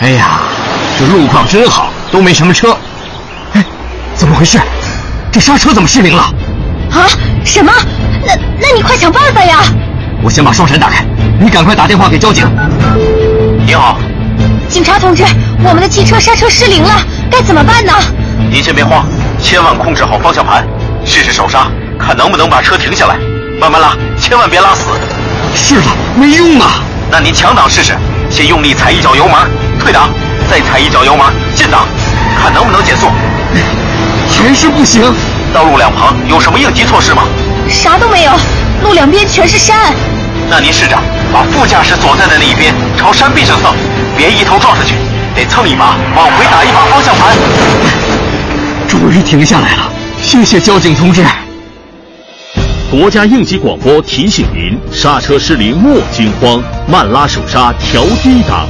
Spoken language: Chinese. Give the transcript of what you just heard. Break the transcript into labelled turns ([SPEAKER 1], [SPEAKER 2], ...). [SPEAKER 1] 哎呀，这路况真好，都没什么车。哎，怎么回事？这刹车怎么失灵了？
[SPEAKER 2] 啊？什么？那那你快想办法呀！
[SPEAKER 1] 我先把双闪打开，你赶快打电话给交警。你好，
[SPEAKER 2] 警察同志，我们的汽车刹车失灵了，该怎么办呢？
[SPEAKER 3] 您先别慌，千万控制好方向盘，试试手刹，看能不能把车停下来。慢慢拉，千万别拉死。
[SPEAKER 1] 是的，没用啊！
[SPEAKER 3] 那您强挡试试，先用力踩一脚油门，退档，再踩一脚油门，进档，看能不能减 速。
[SPEAKER 1] 还是不行。
[SPEAKER 3] 道路两旁有什么应急措施吗？
[SPEAKER 2] 啥都没有，路两边全是山。
[SPEAKER 3] 那您试着把副驾驶所在的那一边朝山壁上蹭，别一头撞上去，得蹭一把，往回打一把方向盘。
[SPEAKER 1] 终于停下来了，谢谢交警同志。
[SPEAKER 4] 国家应急广播提醒您：刹车失灵莫惊慌，慢拉手刹，调低档。